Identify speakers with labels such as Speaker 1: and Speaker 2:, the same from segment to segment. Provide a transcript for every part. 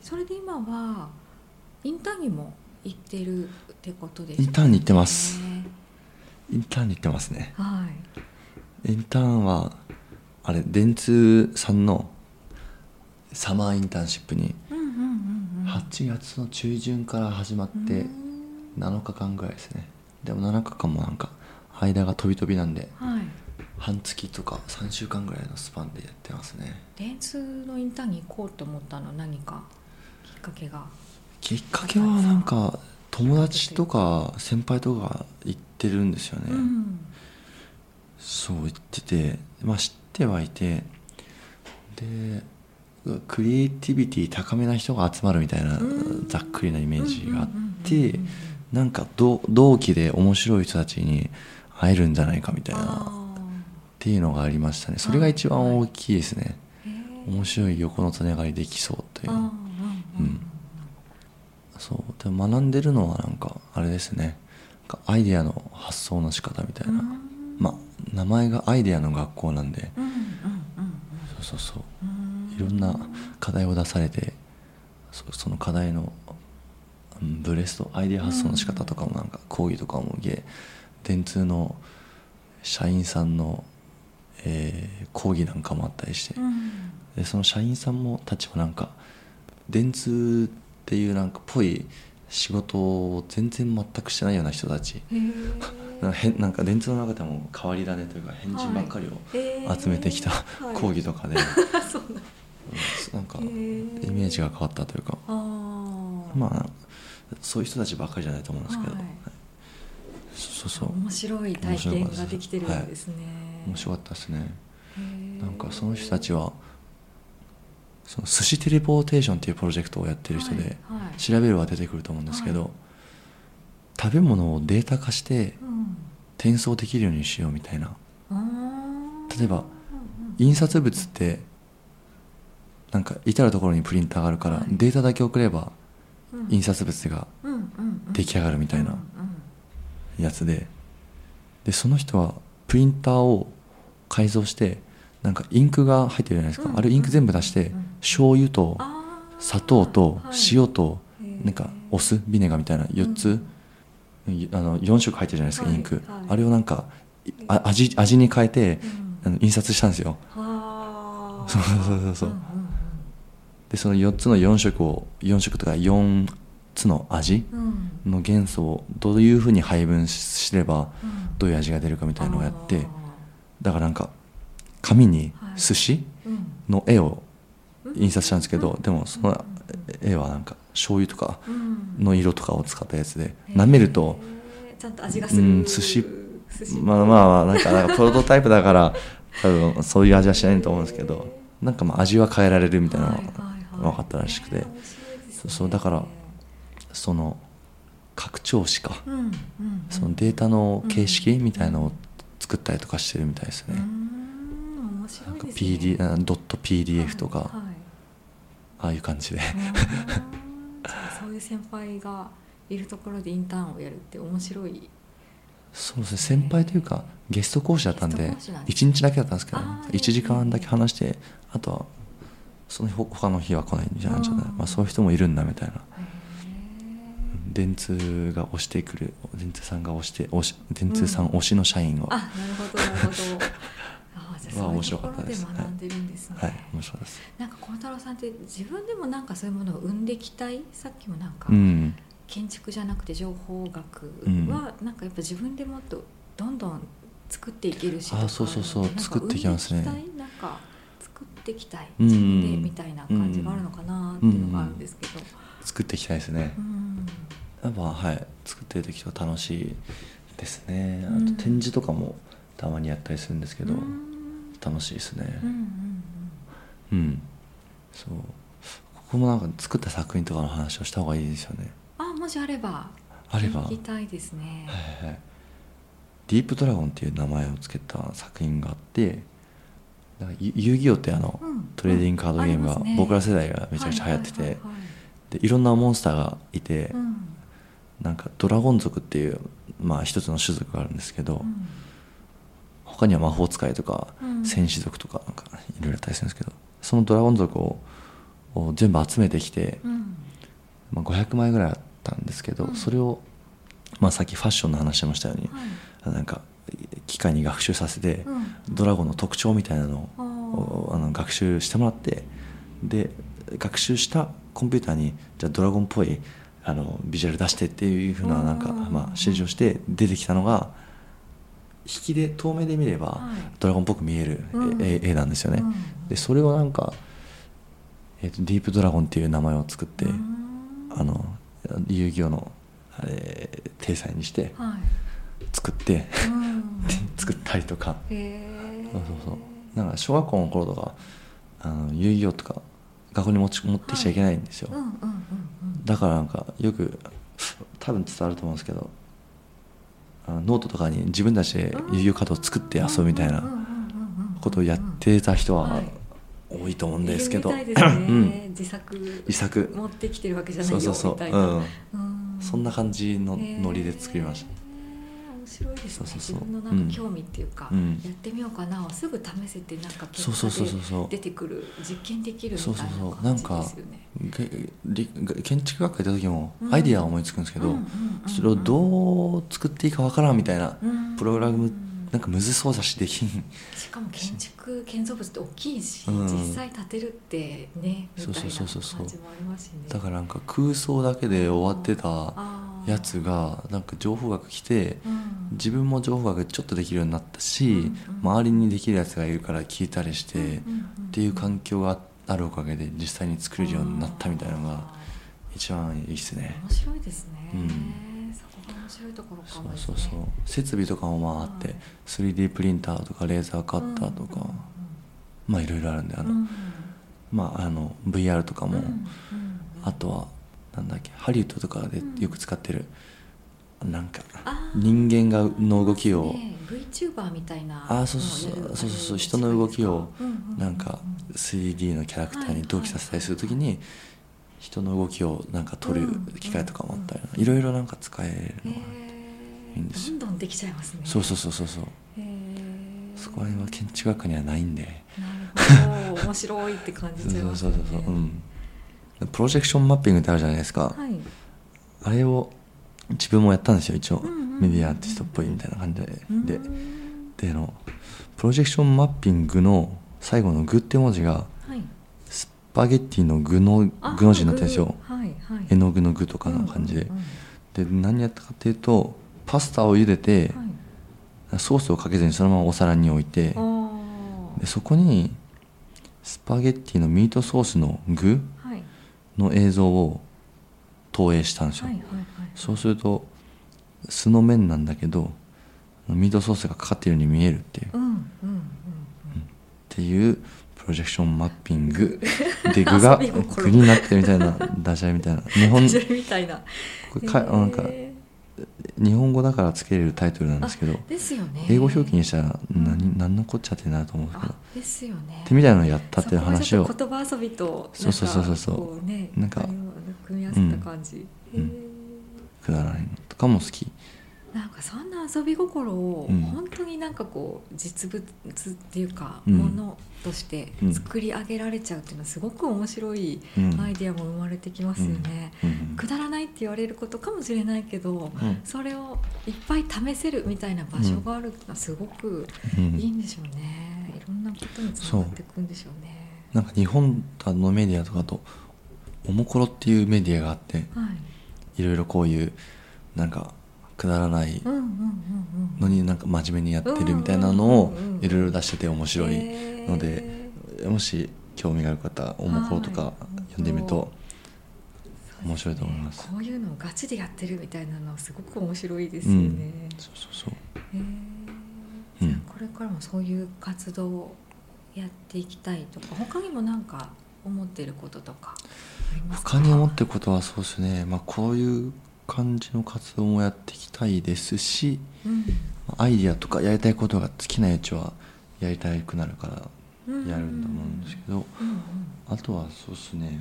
Speaker 1: それで今はインターンにも行ってるってことです
Speaker 2: イ
Speaker 1: ね
Speaker 2: ンターンに行ってますインターンに行ってますね
Speaker 1: はい
Speaker 2: インターンはあれ電通さんのサマーインターンシップに
Speaker 1: うんうんうんうん
Speaker 2: 8月の中旬から始まっ
Speaker 1: う
Speaker 2: て
Speaker 1: ん
Speaker 2: 7日間ぐらいですねでも7日間もなんか間が飛び飛びなんで
Speaker 1: はい
Speaker 2: 半月とか3週間ぐらいのスパンでやってますね
Speaker 1: 電通のインターンに行こうと思ったのは何かきっかけが
Speaker 2: きっかけはなんか友達とか先輩とか行ってるんですよね、
Speaker 1: うん
Speaker 2: そう言っててまあ知ってはいてでうわクリエイティビティ高めな人が集まるみたいな
Speaker 1: うん
Speaker 2: ざっくりなイメージがあっ
Speaker 1: うんうんうん
Speaker 2: て
Speaker 1: うんうん
Speaker 2: なんか同同期で面白い人たちに会えるんじゃないかみたいなっ
Speaker 1: あ
Speaker 2: ていうのがありましたねそれが一番大きいですね
Speaker 1: ーへー
Speaker 2: 面白い横のつながりできそうという
Speaker 1: あーうんうん
Speaker 2: うんそうでも学んでるのはなんかあれですねなんかアイデアの発想の仕方みたいな
Speaker 1: うん
Speaker 2: まあ名前がアイデアの学校なんで
Speaker 1: うんうん
Speaker 2: そうそうそう
Speaker 1: うんうんうん
Speaker 2: いろんな課題を出されてそその課題のうんブレストアイデア発想の仕方とかもなんか講義とかも受け電通の社員さんの、えー講義なんかもあったりして
Speaker 1: うん
Speaker 2: でその社員さんもたちもなんか電通っていうなんかっぽい仕事を全然全くしてないような人たち
Speaker 1: へー
Speaker 2: なんか変なんか電通の中でも変わり種というか変人ばっかりを
Speaker 1: へー
Speaker 2: 集めてきた
Speaker 1: はい
Speaker 2: 講義とかで、
Speaker 1: そうなん
Speaker 2: うんなんか
Speaker 1: へ
Speaker 2: イ
Speaker 1: ー
Speaker 2: メージが変わったというか
Speaker 1: あー
Speaker 2: まあそういう人たちばっかりじゃないと思うんですけど、
Speaker 1: はい
Speaker 2: そうそうそう
Speaker 1: 面白い体験ができてるんですね。
Speaker 2: 面白
Speaker 1: い。
Speaker 2: かったですね
Speaker 1: な
Speaker 2: なんかその人たちはその寿司テレポーテーションっていうプロジェクトをやってる人で、
Speaker 1: はいはい
Speaker 2: 調べれば出てくると思うんですけど、
Speaker 1: はい
Speaker 2: 食べ物をデータ化して
Speaker 1: うん
Speaker 2: 転送できるようにしようみたいな
Speaker 1: あー
Speaker 2: 例えば
Speaker 1: うんうん
Speaker 2: 印刷物ってなんか至る所にプリンターがあるから、
Speaker 1: はい
Speaker 2: データだけ送れば
Speaker 1: うん
Speaker 2: 印刷物が
Speaker 1: うんうんうん
Speaker 2: 出来上がるみたい
Speaker 1: う
Speaker 2: な
Speaker 1: んうん
Speaker 2: やつででその人はプリンターを改造してなんかインクが入ってるじゃないですか、
Speaker 1: うん
Speaker 2: あれインク全部出して、
Speaker 1: うん
Speaker 2: 醤油と
Speaker 1: あー
Speaker 2: 砂糖と
Speaker 1: はい
Speaker 2: 塩と
Speaker 1: へー
Speaker 2: なんかお酢ビネガーみたいな4つ、いあの4色入ってるじゃないですか、
Speaker 1: はい
Speaker 2: インク、
Speaker 1: はい
Speaker 2: あれをなんかいあ味味に変えて
Speaker 1: うん
Speaker 2: あの印刷したんですよ
Speaker 1: はあ
Speaker 2: そうそうそうそう
Speaker 1: うん
Speaker 2: でその4つの4色を4色とか4つの味
Speaker 1: うんうんうん
Speaker 2: の元素をどういうふうに配分しすれば
Speaker 1: うん
Speaker 2: どういう味が出るかみたいなのをやって、
Speaker 1: あ
Speaker 2: だからなんか紙に
Speaker 1: はい
Speaker 2: 寿司
Speaker 1: ーうん
Speaker 2: の絵を
Speaker 1: うん
Speaker 2: 印刷したんですけど、でもその絵はなんか醤油とかの色とかを使ったやつで、
Speaker 1: うん
Speaker 2: 舐めると、
Speaker 1: へーちゃんと味がする、
Speaker 2: うん寿司
Speaker 1: 寿司
Speaker 2: まあまあまあなんかなんかプロトタイプだから 多分そういう味はしないと思うんですけどなんかまあ味は変えられるみたいなの
Speaker 1: はいはいはい
Speaker 2: が分かったらしくて、
Speaker 1: へー面白いですね
Speaker 2: そうそうだからその拡張子か、
Speaker 1: うんうんうん
Speaker 2: そのデータの形式
Speaker 1: うん
Speaker 2: みたいのを作ったりとかしてるみたいです
Speaker 1: う
Speaker 2: ね、
Speaker 1: ーん面
Speaker 2: な
Speaker 1: 白
Speaker 2: ん
Speaker 1: い
Speaker 2: か
Speaker 1: ですね
Speaker 2: PD あドット PDF とか、
Speaker 1: はいはい
Speaker 2: ああいう感じで
Speaker 1: うーんじゃあそういう先輩がいるところでインターンをやるって面白い
Speaker 2: そうですね先輩というかゲスト講師だったんで
Speaker 1: ゲスト講師なんです
Speaker 2: 1日だけだったんですけど
Speaker 1: あー
Speaker 2: 1時間だけ話してあとはその日ほ他の日は来ないんじゃないんじゃない
Speaker 1: うん
Speaker 2: まあ、そういう人もいるんだみたいな
Speaker 1: へー
Speaker 2: 電通が推してくる電通さんが推して推し電通さん推しの社員を、は
Speaker 1: あなるほどなるほどあじゃあそうい
Speaker 2: は
Speaker 1: う
Speaker 2: 面
Speaker 1: と
Speaker 2: 白
Speaker 1: こ
Speaker 2: かっ
Speaker 1: ろ
Speaker 2: た
Speaker 1: で
Speaker 2: です
Speaker 1: 学んでるんですね、
Speaker 2: い面白いです
Speaker 1: なんか孝太郎さんって自分でもなんかそういうものを生んでいきたいさっきもなんか
Speaker 2: うん
Speaker 1: 建築じゃなくて情報学
Speaker 2: うん
Speaker 1: はなんかやっぱ自分でもっとどんどん作っていけるし
Speaker 2: あ
Speaker 1: とか
Speaker 2: そうそうそう
Speaker 1: なんか
Speaker 2: 作っていきますね
Speaker 1: 生んでいきたいなんか作っていきたい
Speaker 2: うん
Speaker 1: 自分でみたいな感じがあるのかなっていうのがあるんですけど
Speaker 2: 作っていきたいですね
Speaker 1: うん
Speaker 2: やっぱはい作ってる時は楽しいですねあ
Speaker 1: うん
Speaker 2: と展示とかもたまにやったりするんですけど、
Speaker 1: うん
Speaker 2: 楽しいですね、
Speaker 1: うんうん
Speaker 2: うんそうここもなんか作った作品とかの話をした方がいいですよね
Speaker 1: あもしあれば
Speaker 2: あれば
Speaker 1: 聞きたいですね
Speaker 2: はいはいディープドラゴンっていう名前を付けた作品があってなんかゆ遊戯王ってあの、
Speaker 1: うん
Speaker 2: トレーディングカードゲーム
Speaker 1: ありま
Speaker 2: が、
Speaker 1: すね
Speaker 2: 僕ら世代がめちゃくちゃ流行ってて、
Speaker 1: はい
Speaker 2: い
Speaker 1: はいはいはい
Speaker 2: でいろんなモンスターがいて、
Speaker 1: うん
Speaker 2: なんかドラゴン族っていう、まあ、一つの種族があるんですけど、
Speaker 1: うん
Speaker 2: 他には魔法使いとか
Speaker 1: うん
Speaker 2: 戦士族とかなんかいろいろあったりするんですけどそのドラゴン族をを全部集めてきて、
Speaker 1: うん
Speaker 2: まあ、500枚ぐらいあったんですけど、
Speaker 1: うん
Speaker 2: それを、まあ、さっきファッションの話しましたように、
Speaker 1: はい
Speaker 2: なんか機械に学習させて、
Speaker 1: うん
Speaker 2: ドラゴンの特徴みたいなの
Speaker 1: あ
Speaker 2: をあの学習してもらってで学習したコンピューターにじゃあドラゴンっぽいあのビジュアル出してっていうふうななんか、
Speaker 1: うん
Speaker 2: まあ、指示をして出てきたのが引きで遠目で見れば、
Speaker 1: はい
Speaker 2: ドラゴンっぽく見える絵,
Speaker 1: うん
Speaker 2: 絵、絵なんですよね。
Speaker 1: うん
Speaker 2: でそれをなんか、えーとディープドラゴンっていう名前を作って、
Speaker 1: うん
Speaker 2: あの遊戯王の、えー、体裁にして
Speaker 1: は
Speaker 2: 作って、
Speaker 1: い、うん
Speaker 2: 作ったりとか、
Speaker 1: へえ
Speaker 2: そうそうそうなんか小学校の頃とかあの遊戯王とか学校に持ち持ってきちゃいけないんですよ、
Speaker 1: うんうんうんうん
Speaker 2: だからなんかよく多分伝わると思うんですけどあのノートとかに自分たちで遊戯王カードを作って遊ぶみたい
Speaker 1: うんう
Speaker 2: なん
Speaker 1: うんうんうん
Speaker 2: ことをやってた人
Speaker 1: は
Speaker 2: はい多いと思うんですけど、
Speaker 1: いるみたいですね
Speaker 2: うん
Speaker 1: 自作
Speaker 2: 遺作
Speaker 1: 持ってきてるわけじゃないよ
Speaker 2: そうそうそう
Speaker 1: みたいな、
Speaker 2: うん
Speaker 1: うん
Speaker 2: そんな感じの
Speaker 1: へー
Speaker 2: ノリで作りました
Speaker 1: 面白いですね
Speaker 2: そうそうそう
Speaker 1: 自分のなんか興味っていうか、
Speaker 2: うん
Speaker 1: やってみようかなをすぐ試せてなんか結
Speaker 2: そうそうそうそう
Speaker 1: 果
Speaker 2: そう
Speaker 1: で出てくる実験できるみた
Speaker 2: そう
Speaker 1: い
Speaker 2: そうそう
Speaker 1: な感じですよね。
Speaker 2: げり建築学科行った時も
Speaker 1: うん
Speaker 2: アイディアは思いつくんですけど、
Speaker 1: うんうんうんうん
Speaker 2: それをどう作っていいかわからんみたいな、
Speaker 1: うん
Speaker 2: プログラムなんかむずそうだしできん
Speaker 1: しかも建築建造物って大きいし、
Speaker 2: うん
Speaker 1: 実際建てるってねみた
Speaker 2: そう
Speaker 1: いな
Speaker 2: そう
Speaker 1: 感じ
Speaker 2: そ
Speaker 1: も
Speaker 2: うそうそう
Speaker 1: ありますしね。
Speaker 2: だからなんか空想だけで終わってた
Speaker 1: あー
Speaker 2: やつがなんか情報学来て
Speaker 1: うん
Speaker 2: 自分も情報学ちょっとできるようになった
Speaker 1: うんう
Speaker 2: し
Speaker 1: ん
Speaker 2: 周りにできるやつがいるから聞いたりして
Speaker 1: うんうん
Speaker 2: っ
Speaker 1: うん
Speaker 2: ていう環境があるおかげで実際に作れるようになったみたいなのが一番いいですね
Speaker 1: 面白いですね、
Speaker 2: うん
Speaker 1: そこが面白いところか
Speaker 2: そう
Speaker 1: もです
Speaker 2: そ
Speaker 1: ね
Speaker 2: うそう設備とかもまああっ
Speaker 1: う
Speaker 2: て
Speaker 1: ん
Speaker 2: 3D プリンターとかレーザーカッターとかまあいろいろあるんであ
Speaker 1: うんうんう
Speaker 2: の
Speaker 1: ん
Speaker 2: まああの VR とか
Speaker 1: うん
Speaker 2: も
Speaker 1: うんうん
Speaker 2: あとはなんだっけハリウッドとかでよく使ってる、なんか
Speaker 1: あー
Speaker 2: 人間がの動きを、
Speaker 1: ね VTuber みたいな
Speaker 2: あーそうそうそう
Speaker 1: のをやる
Speaker 2: そうそうそう
Speaker 1: あれ
Speaker 2: 人の動きを
Speaker 1: うんうんうん
Speaker 2: なんか 3D のキャラクターに同期させたりするときに人の動きをなんか撮る機械とかもあったりいろいろなんか使え
Speaker 1: へ
Speaker 2: るのがいいんで
Speaker 1: ー
Speaker 2: す
Speaker 1: ど
Speaker 2: よ
Speaker 1: んどんできちゃいますね
Speaker 2: そうそうそうそうそう
Speaker 1: へー
Speaker 2: そこら辺は建築学科にはないんで
Speaker 1: なるほど面白いって感
Speaker 2: そ
Speaker 1: じち
Speaker 2: うそ
Speaker 1: ゃいうます
Speaker 2: そう
Speaker 1: ね
Speaker 2: そううんプロジェクションマッピングってあるじゃないですか、
Speaker 1: はい
Speaker 2: あれを自分もやったんですよ一応、
Speaker 1: うんうんうんうん
Speaker 2: メディアアーティストっぽいみたいな感じで、で
Speaker 1: うん
Speaker 2: でのプロジェクションマッピングの最後の「具」って文字が
Speaker 1: はい
Speaker 2: スパゲッティの具の
Speaker 1: あ
Speaker 2: 具の字になってるんですよ
Speaker 1: はいはい
Speaker 2: 絵の具の具とかの感じで
Speaker 1: うんうんうん
Speaker 2: で何やったかっていうとパスタを茹でて
Speaker 1: はい
Speaker 2: ソースをかけずにそのままお皿に置いて
Speaker 1: あー
Speaker 2: でそこにスパゲッティのミートソースの具
Speaker 1: はい
Speaker 2: の映像を投影したんですよ
Speaker 1: はいはいはい
Speaker 2: そうすると素の面なんだけどミートソースがかかってるように見えるっていう
Speaker 1: うんうんうん
Speaker 2: っていうプロジェクションマッピ ングで具
Speaker 1: あ
Speaker 2: が
Speaker 1: そういうこと
Speaker 2: 具になってるみたいなダジャレみたいな日
Speaker 1: う
Speaker 2: 本
Speaker 1: んそれみたいな
Speaker 2: これかなんか
Speaker 1: へ
Speaker 2: 日本語だからつけれるタイトルなんですけど
Speaker 1: ーですよね
Speaker 2: 英語表記にしたら
Speaker 1: うん
Speaker 2: 何何のこっちゃってなると思うんですけ
Speaker 1: あ
Speaker 2: ど
Speaker 1: ですよね
Speaker 2: ってみたいなのをやったっていう話を
Speaker 1: そこはちょっと言葉遊びと
Speaker 2: そうそうそうそうそう
Speaker 1: なんかこうね
Speaker 2: なんか
Speaker 1: あれを組み合わせた感じ、
Speaker 2: うん
Speaker 1: へー
Speaker 2: くだらないのとかも好き
Speaker 1: なんかそんな遊び心を
Speaker 2: うん
Speaker 1: 本当になんかこう実物っていうか
Speaker 2: うん
Speaker 1: ものとして作り上げられちゃうっていうのはすごく面白い
Speaker 2: うん
Speaker 1: アイデアも生まれてきますよね、
Speaker 2: うん
Speaker 1: くだらないって言われることかもしれないけど
Speaker 2: うん
Speaker 1: それをいっぱい試せるみたいな場所があるってのはすごく
Speaker 2: うん
Speaker 1: いいんでしょうね、いろんなことにつながっていくんでしょうね
Speaker 2: なんか日本のメディアとかとおもころっていうメディアがあって
Speaker 1: はい
Speaker 2: いろいろこういうなんかくだらない
Speaker 1: うんうんうんうん
Speaker 2: のになんか真面目にやってるみたいなのを
Speaker 1: うんうんうんうん
Speaker 2: いろいろ出してて面白いので
Speaker 1: へ
Speaker 2: もし興味がある方おもころと
Speaker 1: は
Speaker 2: か
Speaker 1: い
Speaker 2: 読んでみると
Speaker 1: ー
Speaker 2: 面白いと思います
Speaker 1: こういうのをガチでやってるみたいなのはすごく面白いです
Speaker 2: う
Speaker 1: よね、
Speaker 2: んそうそうそう
Speaker 1: へー
Speaker 2: うん
Speaker 1: じゃあこれからもそういう活動をやっていきたいとか他にも何か思ってることとかありますか
Speaker 2: 他に思ってることはそうですねまあこういう感じの活動もやっていきたいですし
Speaker 1: うん
Speaker 2: アイディアとかやりたいことが尽きないうちはやりたくなるから
Speaker 1: うん
Speaker 2: やるんだと思うんですけど
Speaker 1: うんうん
Speaker 2: あとはそうですね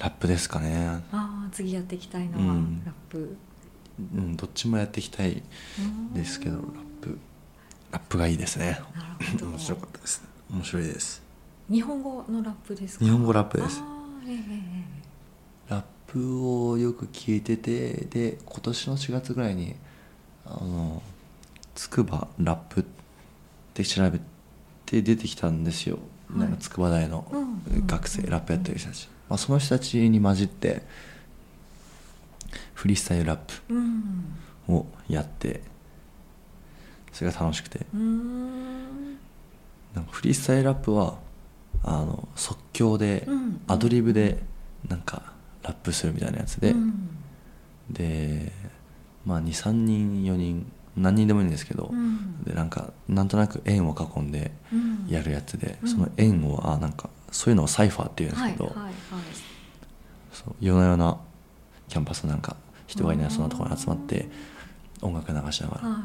Speaker 2: ラップですかね
Speaker 1: ああ次やっていきたいのは、
Speaker 2: うん
Speaker 1: ラップ
Speaker 2: うんどっちもやっていきたいですけどラップラップがいいですね
Speaker 1: なるほど
Speaker 2: 面白かったですね面白いです
Speaker 1: 日本語のラップですか
Speaker 2: 日本語ラップです
Speaker 1: あーええええ
Speaker 2: ラップをよく聞いててで今年の4月ぐらいにあのつくばラップって調べて出てきたんですよ、
Speaker 1: はい
Speaker 2: なんか筑波大の
Speaker 1: うんうん
Speaker 2: 学生、
Speaker 1: うん
Speaker 2: ラップやってる人たち、まあ、その人たちに混じってフリースタイルラッ
Speaker 1: ええうん
Speaker 2: プをやってそれが楽しくて
Speaker 1: うーん
Speaker 2: なんかフリースタイルラップはあの即興で、
Speaker 1: うん
Speaker 2: アドリブでなんかラップするみたいなやつで、
Speaker 1: うん
Speaker 2: でまあ23人4人何人でもいいんですけど、
Speaker 1: うん
Speaker 2: でなんかなんとなく円を囲んで
Speaker 1: うん
Speaker 2: やるやつで、
Speaker 1: うん
Speaker 2: その円をあなんかそういうのをサイファーっていうんですけど、
Speaker 1: はいはいはい
Speaker 2: そう夜な夜なキャンパスのなんか人がいないそんなところに集まって音楽流しながら、
Speaker 1: は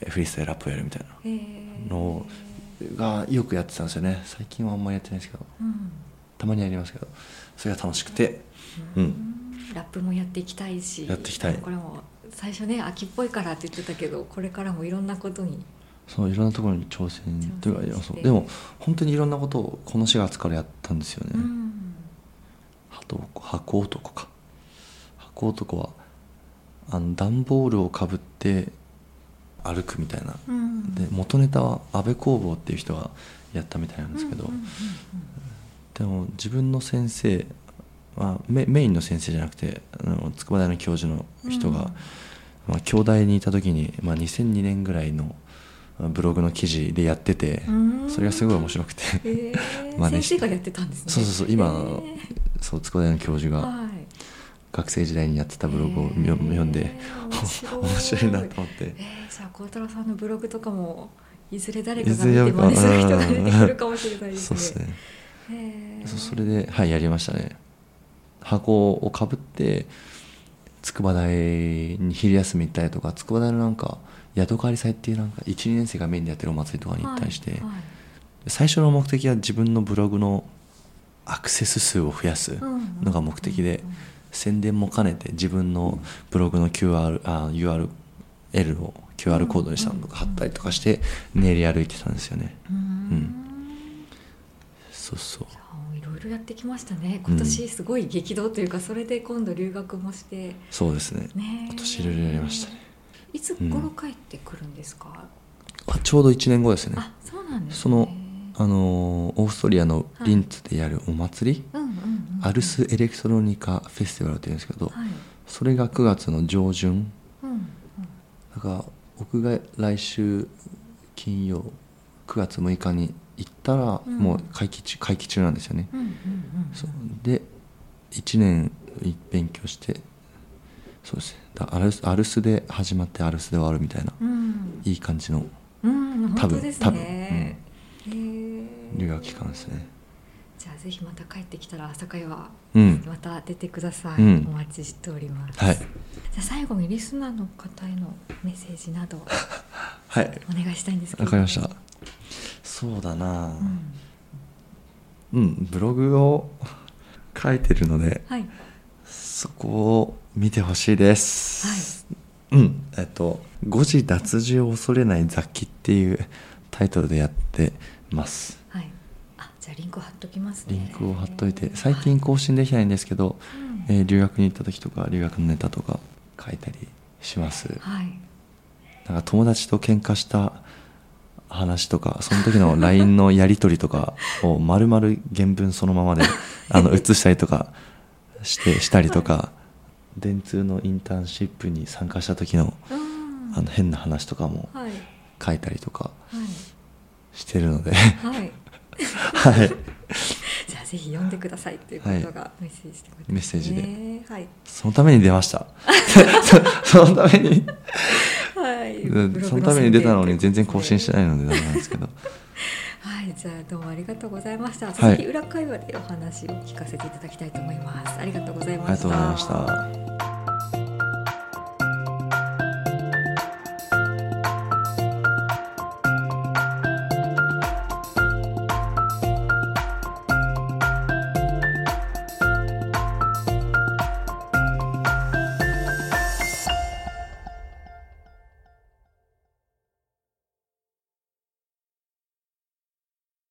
Speaker 2: えフリースタイルラップをやるみたい
Speaker 1: いへえ
Speaker 2: なのがよくやってたんですよね最近はあんまりやってないですけど
Speaker 1: うん
Speaker 2: たまにやりますけどそれが楽しくてうん
Speaker 1: ラップもやっていきたいし
Speaker 2: やっていきたい
Speaker 1: これも最初ね秋っぽいからって言ってたけどこれからもいろんなことに
Speaker 2: そういろんなところに挑戦というか
Speaker 1: 挑戦
Speaker 2: いや
Speaker 1: して
Speaker 2: そうでも本当にいろんなことをこの4月からやったんですよね、
Speaker 1: うん
Speaker 2: 箱男箱男か箱男はあの段ボールをかぶって歩くみたいな、
Speaker 1: うん
Speaker 2: で元ネタは安部工房っていう人がやったみたいなんですけど、
Speaker 1: うんうんうん
Speaker 2: でも自分の先生まあ、メメインの先生じゃなくてあの筑波大の教授の人が、
Speaker 1: うん
Speaker 2: まあ、京大にいた時に、まあ、2002年ぐらいのまあブログの記事でやってて、
Speaker 1: うん
Speaker 2: それがすごい面白くて、
Speaker 1: うんへえ
Speaker 2: 真
Speaker 1: 先
Speaker 2: 似して
Speaker 1: 生がやってたんですね
Speaker 2: そうそうそう今の
Speaker 1: へ
Speaker 2: そう筑波大の教授
Speaker 1: え
Speaker 2: が
Speaker 1: はい
Speaker 2: 学生時代にやってたブログを読
Speaker 1: へー
Speaker 2: 読んで、
Speaker 1: 面白い
Speaker 2: 面白いなと思って
Speaker 1: えー、じゃあ孝太郎さんのブログとかもいずれ誰かが
Speaker 2: いずれ
Speaker 1: 見
Speaker 2: や
Speaker 1: て
Speaker 2: る
Speaker 1: 真
Speaker 2: か
Speaker 1: 似する人が出てくるかもしれないです
Speaker 2: そう
Speaker 1: ね。
Speaker 2: ですね、
Speaker 1: へー
Speaker 2: そうそれではいやりましたね箱をかぶって筑波大に昼休み行ったりとか筑波大のなんか宿帰り祭っていうなんか12年生がメインでやってるお祭りとかに行ったりして、
Speaker 1: はいはい
Speaker 2: 最初の目的は自分のブログのアクセス数を増やすのが目的で、
Speaker 1: うんうんうん
Speaker 2: 宣伝も兼ねて自分のブログの QR あ URL を QR コードにしたのとか貼ったりとかして練り歩いてたんですよね、
Speaker 1: うーん
Speaker 2: そうそう
Speaker 1: じゃあいろいろやってきましたね今年すごい激動というか、それで今度留学もして
Speaker 2: そうですね
Speaker 1: ね
Speaker 2: 今年いろいろやりましたね
Speaker 1: いつ頃帰ってくるんですか、
Speaker 2: あちょうど1年後ですね
Speaker 1: あそうなんですね
Speaker 2: そのあのーオーストリアのリンツでやるお祭り、
Speaker 1: うんうんうん
Speaker 2: アルス・エレクトロニカ・フェスティバルっていうんですけど、
Speaker 1: はい、
Speaker 2: それが9月の上旬
Speaker 1: うんうん、
Speaker 2: だから僕が来週金曜9月6日に行ったら
Speaker 1: うん
Speaker 2: もう会期中,、会期中なんですよね、
Speaker 1: うんうんうん
Speaker 2: そうで1年勉強してそうですねだアルスアルスで始まってアルスで終わるみたいな、
Speaker 1: うん
Speaker 2: いい感じの
Speaker 1: うん、
Speaker 2: 多
Speaker 1: 本当
Speaker 2: 分、
Speaker 1: です
Speaker 2: 多分、
Speaker 1: ね。
Speaker 2: うん、
Speaker 1: へ
Speaker 2: 留
Speaker 1: え
Speaker 2: 学期間ですね
Speaker 1: じゃあぜひまた帰ってきたら朝会は
Speaker 2: うん
Speaker 1: また出てください。
Speaker 2: うん
Speaker 1: お待ちしております。
Speaker 2: はい
Speaker 1: じゃあ最後にリスナーの方へのメッセージなど
Speaker 2: はい
Speaker 1: お願いしたいんですけど。
Speaker 2: わかりました。そうだな
Speaker 1: う、ん、
Speaker 2: うん、ブログを書いてるので
Speaker 1: はい。
Speaker 2: そこを見てほしいです。うん、えっと、誤字脱字を恐れない雑記っていうタイトルでやってます。
Speaker 1: はい。あ、じゃあリンクを貼っときます
Speaker 2: リ
Speaker 1: ね。
Speaker 2: ンクを貼っといて、最近更新できないんですけど、
Speaker 1: はい。
Speaker 2: えー留学に行った時とか、留学のネタとか書いたりします。
Speaker 1: はい。
Speaker 2: なんか友達と喧嘩した話とか、その時の LINE のやり取りと かを丸々原文そのままであの写したりとかして、したりとか、電通のインターンシップに参加した時の
Speaker 1: うん
Speaker 2: あの変な話とかも
Speaker 1: はい。
Speaker 2: 書いたりとか
Speaker 1: は
Speaker 2: してる ので、
Speaker 1: い。はい。
Speaker 2: はい。
Speaker 1: じゃあぜひ読んでくださいということがメッセージでございますね、
Speaker 2: メッセージで
Speaker 1: はい。
Speaker 2: そのために出ました。 そそのために、
Speaker 1: はい、
Speaker 2: うんそのために出たのに全然更新して
Speaker 1: い。
Speaker 2: ないのでダメなんですけど、
Speaker 1: はい、じゃあどうもありがとうございました。
Speaker 2: はい
Speaker 1: 続き裏会話でお話を聞かせていただきたいと思います。ありがとうございま
Speaker 2: あ
Speaker 1: し
Speaker 2: りがとうございました。